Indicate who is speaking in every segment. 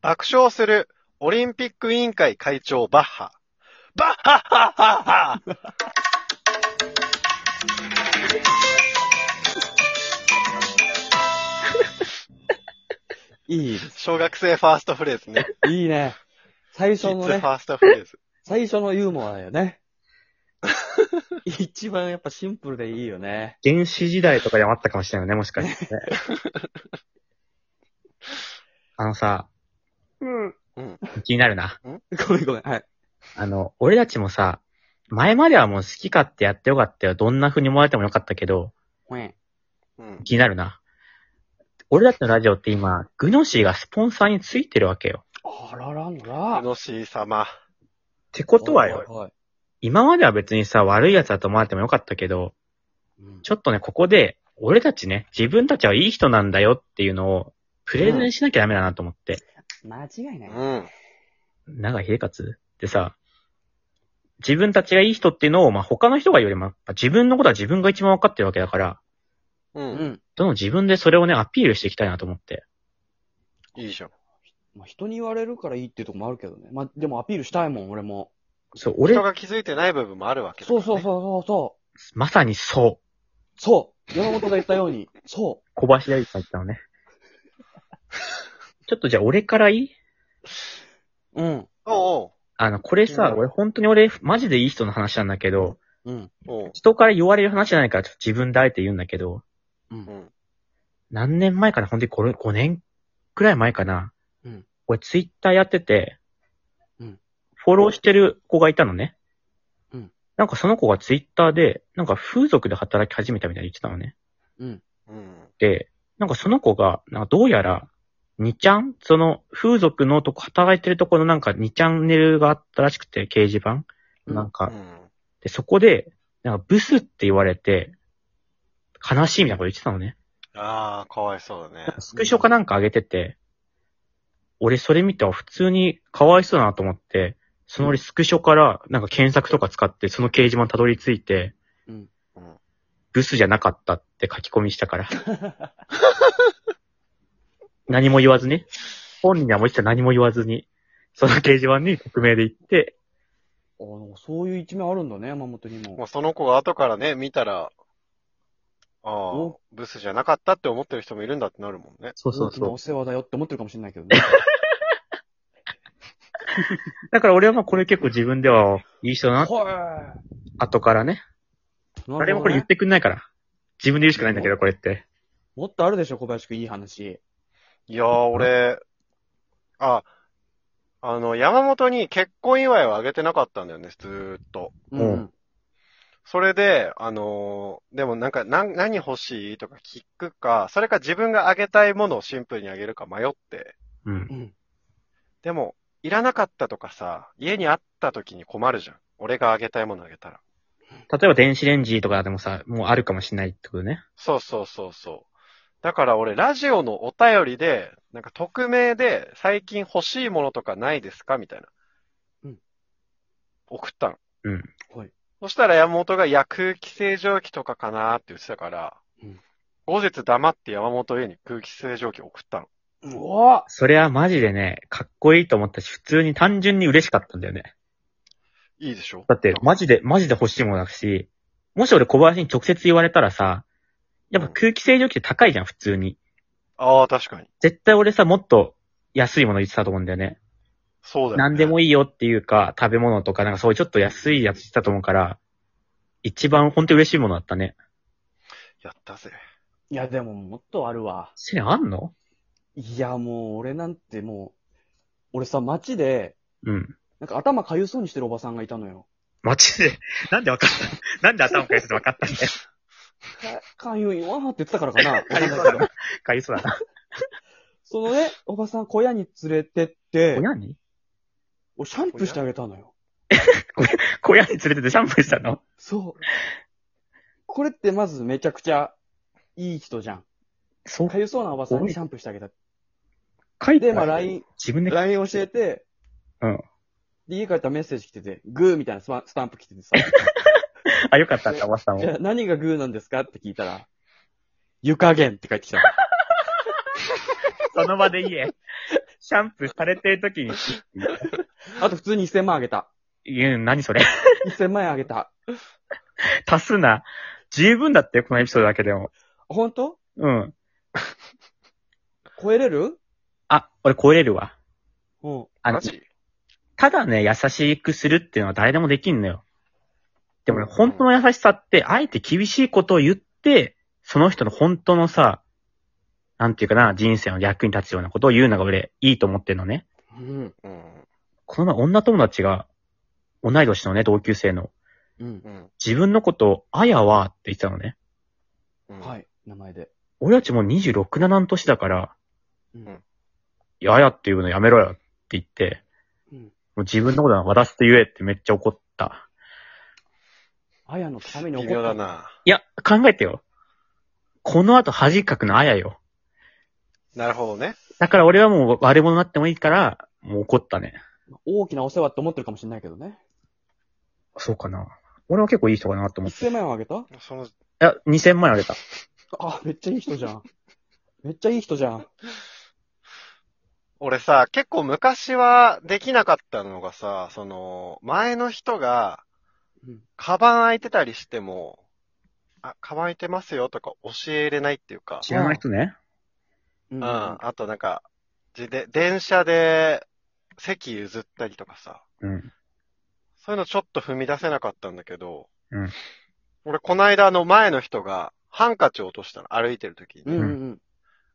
Speaker 1: 爆笑するオリンピック委員会会長バッハ。バッハッハッハッハ
Speaker 2: いいです。
Speaker 1: 小学生ファーストフレーズね。
Speaker 2: いいね。最
Speaker 1: キ
Speaker 2: 初
Speaker 1: ッ
Speaker 2: の
Speaker 1: ズフ
Speaker 2: ね、
Speaker 1: ァーストフレーズ。
Speaker 2: 最初のユーモアだよね。一番やっぱシンプルでいいよね。
Speaker 3: 原始時代とかでもあったかもしれないよね、もしか して。あのさ、
Speaker 2: うん。
Speaker 1: うん。
Speaker 3: 気になるな。
Speaker 2: ごめんごめん。はい。
Speaker 3: あの、俺たちもさ、前まではもう好き勝手やってよかったよ。どんな風に思われてもよかったけど、
Speaker 2: ごめん。
Speaker 1: うん。
Speaker 3: 気になるな。俺たちのラジオって今、グノシーがスポンサーについてるわけよ。
Speaker 2: あららん
Speaker 1: う
Speaker 2: ら。
Speaker 1: のしい様。
Speaker 3: ってことはよ、
Speaker 2: よ。
Speaker 3: 今までは別にさ、悪い奴だと思われてもよかったけど、
Speaker 2: うん
Speaker 3: ちょっとね、ここで、俺たちね、自分たちはいい人なんだよっていうのを、プレゼンしなきゃダメだなと思って。
Speaker 2: 間違いな
Speaker 1: う
Speaker 2: い。
Speaker 1: ん。
Speaker 3: 長井秀勝ってさ、自分たちがいい人っていうのを、まあ、他の人がよりも、やっぱ自分のことは自分が一番分かってるわけだから、
Speaker 1: う。
Speaker 2: うんん。
Speaker 3: どの自分でそれをね、アピールしていきたいなと思って。
Speaker 1: いいじゃん。
Speaker 2: まあ、人に言われるからいいっていうとこもあるけどね。まあ、でもアピールしたいもん、俺も。
Speaker 3: そう、
Speaker 1: 人
Speaker 3: 俺、
Speaker 1: が気づいてない部分もあるわけだから
Speaker 2: そう
Speaker 1: ね。
Speaker 2: そうそうそうそ。
Speaker 3: まさにそう
Speaker 2: そう山本が言ったように。そ。。
Speaker 3: 小林大地さん言ったの ね。ちょっとじゃあ俺からいいう
Speaker 2: うん。
Speaker 1: おう
Speaker 3: あの、これ
Speaker 1: いい
Speaker 3: さ、
Speaker 1: よ
Speaker 3: 俺本当に俺、マジでいい人の話なんだけど、
Speaker 2: うん。
Speaker 1: おう。おう。
Speaker 3: 人から言われる話じゃないから、ちょっと自分であえて言うんだけど、
Speaker 2: うん
Speaker 1: うん。
Speaker 3: 何年前かな本当にこれ5年くらい前かな。
Speaker 2: うん。
Speaker 3: 俺ツイッターやってて、
Speaker 2: うん。
Speaker 3: フォローしてる子がいたのね。
Speaker 2: うん。
Speaker 3: なんかその子がツイッターで、なんか風俗で働き始めたみたいに言ってたのね。
Speaker 2: うん。
Speaker 1: うん。
Speaker 3: で、なんかその子が、なんかどうやら、2ちゃんその風俗のとこ、働いてるところのなんか2チャンネルがあったらしくて、掲示板なん
Speaker 1: う
Speaker 3: か、
Speaker 1: ん。
Speaker 3: で、そこで、なんかブスって言われて、悲しいみたいなこと言ってたのね。
Speaker 1: ああ、かわいそうだね。
Speaker 3: スクショかなんか上げてて、俺それ見たら普通にかわいそうだなと思って、その俺スクショからなんか検索とか使って、その掲示板たどり着いて、
Speaker 2: うん。
Speaker 1: うん。
Speaker 3: ブスじゃなかったって書き込みしたから。何も言わずに。本人にはもう一切何も言わずに、その掲示板に匿名で行って、
Speaker 2: あの、そういう一面あるんだね、山本に
Speaker 1: も
Speaker 2: も。
Speaker 1: うその子が後からね、見たら、ああ
Speaker 2: お、
Speaker 1: ブスじゃなかったって思ってる人もいるんだってなるもんね。
Speaker 3: そうそ
Speaker 2: 大
Speaker 3: う
Speaker 2: きな
Speaker 3: そ
Speaker 2: お
Speaker 3: う。
Speaker 2: 世話だよって思ってるかもしれないけどね。
Speaker 3: だから俺はまあこれ結構自分では、いい人だなって、
Speaker 2: は
Speaker 3: 後からね。
Speaker 2: い。な
Speaker 3: 誰
Speaker 2: る
Speaker 3: も
Speaker 2: ほ
Speaker 3: こ
Speaker 2: ど
Speaker 3: れ言
Speaker 2: ね
Speaker 3: っ。てくんないから。自分で言うしかないんだけど、これって。
Speaker 2: もっとあるでしょ、小林くん、いい話。
Speaker 1: いやー、俺、あ、あの、山本に結婚祝いをあげてなかったんだよね、ずーっと。
Speaker 3: うん。
Speaker 1: それで、あのーでもなんか、なん、何欲しいとか聞くか、それか自分があげたいものをシンプルにあげるか迷って。
Speaker 3: うん
Speaker 2: う。ん。
Speaker 1: でも、いらなかったとかさ、家にあった時に困るじゃん。俺があげたいものあげたら。
Speaker 3: 例えば電子レンジとかでもさ、もうあるかもしれないってことね。
Speaker 1: そうそうそうそう。だから俺、ラジオのお便りで、なんか匿名で、最近欲しいものとかないですかみたいな。
Speaker 2: うん。
Speaker 1: 送ったの。
Speaker 3: うん。
Speaker 2: はい。
Speaker 1: そしたら山本が、いや、空気清浄機とかかなーって言ってたから、
Speaker 2: うん
Speaker 1: 後日黙って山本家に空気清浄機送ったの。
Speaker 2: うわ
Speaker 3: それはマジでね、かっこいいと思ったし、普通に単純に嬉しかったんだよね。
Speaker 1: いいでしょ
Speaker 3: だって、マジで、マジで欲しいものだし、もし俺小林に直接言われたらさ、やっぱ空気清浄機って高いじゃん、普通に。
Speaker 1: ああ、確かに。
Speaker 3: 絶対俺さ、もっと安いもの言ってたと思うんだよね。
Speaker 1: そうだよ、ね。
Speaker 3: 何でも
Speaker 1: いい。
Speaker 3: いいよっていうか、食べ物とかなんかそういうちょっと安いやつ言ってたと思うから、一番本当に嬉しいものだったね。
Speaker 1: やったぜ。
Speaker 2: いや、でももっとあるわ。
Speaker 3: せやあんの
Speaker 2: いや、もう、俺なんてもう、俺さ、街で、
Speaker 3: うん。
Speaker 2: なんか頭かゆそうにしてるおばさんがいたのよ。
Speaker 3: マジで、なんでわかったなんで頭かゆそうでわかったんだよ。
Speaker 2: かかゆいわーって言ってたからかな。わ かんないけど
Speaker 3: かゆそうだ な。
Speaker 2: そのね、おばさん小屋に連れてって、
Speaker 3: 親に
Speaker 2: 俺シャンプーしてあげたのよ。
Speaker 3: 小屋に連れてってシャンプーしたの
Speaker 2: そう。これってまずめちゃくちゃいい人じゃん。
Speaker 3: そう
Speaker 2: かゆそうなおばさんにシャンプーしてあげた。
Speaker 3: 書いて
Speaker 2: で、まあ LINE、
Speaker 3: 自分で。
Speaker 2: LINE 教えて、
Speaker 3: うん。
Speaker 2: で、家帰ったらメッセージ来てて、グーみたいなスパスタンプ来ててさ。
Speaker 3: あ、よかった、おばさん
Speaker 2: じ
Speaker 3: を。
Speaker 2: ゃあ何がグーなんですかって聞いたら、 湯加減って帰ってきたの。
Speaker 3: その場で言え。シャンプーされてる時に、
Speaker 2: あと普通に1000万あげた。
Speaker 3: いや、何それ。
Speaker 2: 1000万円あげた。
Speaker 3: 足すな。十分だってよ、このエピソードだけでも。
Speaker 2: ほんと
Speaker 3: うん。
Speaker 2: 超えれる
Speaker 3: あ、俺超えれるわ。
Speaker 2: うん。
Speaker 3: あ
Speaker 1: マ
Speaker 3: の、
Speaker 1: ジ
Speaker 3: ただね、優しくするっていうのは誰でもできんのよ。でもね、本当の優しさって、あえて厳しいことを言って、その人の本当のさ、なんていうかな、人生の役に立つようなことを言うのが俺、いいと思ってんのね。
Speaker 2: うん。
Speaker 1: うん。
Speaker 3: この前、女友達が、同い年のね、同級生の、
Speaker 2: うん。
Speaker 1: うん。
Speaker 3: 自分のことを、あやはって言ってたのね。
Speaker 1: うん
Speaker 2: は。い。名前で。
Speaker 3: 俺たちもう26、7の年だから、
Speaker 2: うん。
Speaker 3: いやあやっていうのやめろよって言って、
Speaker 2: うん。
Speaker 3: もう自分のことは私と言えってめっちゃ怒った。
Speaker 2: あやのために怒
Speaker 1: 微
Speaker 2: った。
Speaker 1: 妙だ。な。
Speaker 3: いや、考えてよ。この後恥かくのあやよ。
Speaker 1: なるほどね。
Speaker 3: だから俺はもう悪者になってもいいから、もう怒ったね。
Speaker 2: 大きなお世話って思ってるかもしれないけどね。
Speaker 3: そうかな。俺は結構いい人かなと思って。い
Speaker 2: 1000万円あげた
Speaker 1: その、
Speaker 3: や、2000万円あげた。
Speaker 2: あ、めっちゃいい人じゃん。めっちゃいい人じゃん。
Speaker 1: 俺さ、結構昔はできなかったのがさ、その、前の人が、
Speaker 2: うん。
Speaker 1: カバン開いてたりしても、あ、カバン開いてますよとか教えれないっていうか、
Speaker 3: 知らない人ね。
Speaker 2: う
Speaker 1: うんん。あとなんか、じで、電車で席譲ったりとかさ、
Speaker 3: うん。
Speaker 1: そういうのちょっと踏み出せなかったんだけど、
Speaker 3: うん
Speaker 1: 俺、こないだあの前の人が、ハンカチを落としたの、歩いてる時に。
Speaker 2: うんうん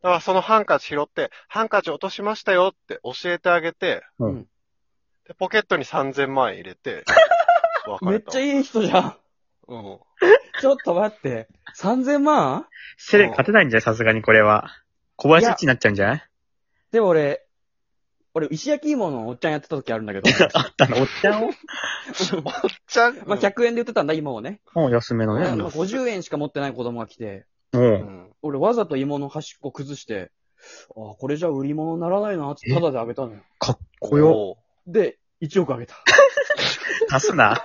Speaker 1: だからそのハンカチ拾って、ハンカチ落としましたよって教えてあげて、
Speaker 3: うん
Speaker 1: でポケットに3000万円入れ て、
Speaker 2: うん。めっちゃ
Speaker 1: い。
Speaker 2: いい人じゃん。
Speaker 1: うん。
Speaker 2: ちょっと待って。3000万
Speaker 3: セレ勝てないんじゃないさすがにこれは。小林一になっちゃうんじゃない
Speaker 2: でも俺、俺、石焼き芋のおっちゃんやってた時あるんだけ ど。
Speaker 3: あったの、おっちゃんを
Speaker 1: おっちゃん、
Speaker 2: まあ、100円で売ってたんだ、芋をね。
Speaker 3: もう安めの
Speaker 1: うん
Speaker 3: ね。
Speaker 2: 50円しか持ってない子供が来て、
Speaker 3: も
Speaker 1: う
Speaker 3: う、
Speaker 1: ん。
Speaker 2: 俺わざと芋の端っこ崩して、ああ、これじゃ売り物にならないなって、
Speaker 3: え
Speaker 2: タダであげたのよ。
Speaker 3: かっこよ。
Speaker 1: おー
Speaker 2: で、1億あげた。
Speaker 3: 足すな。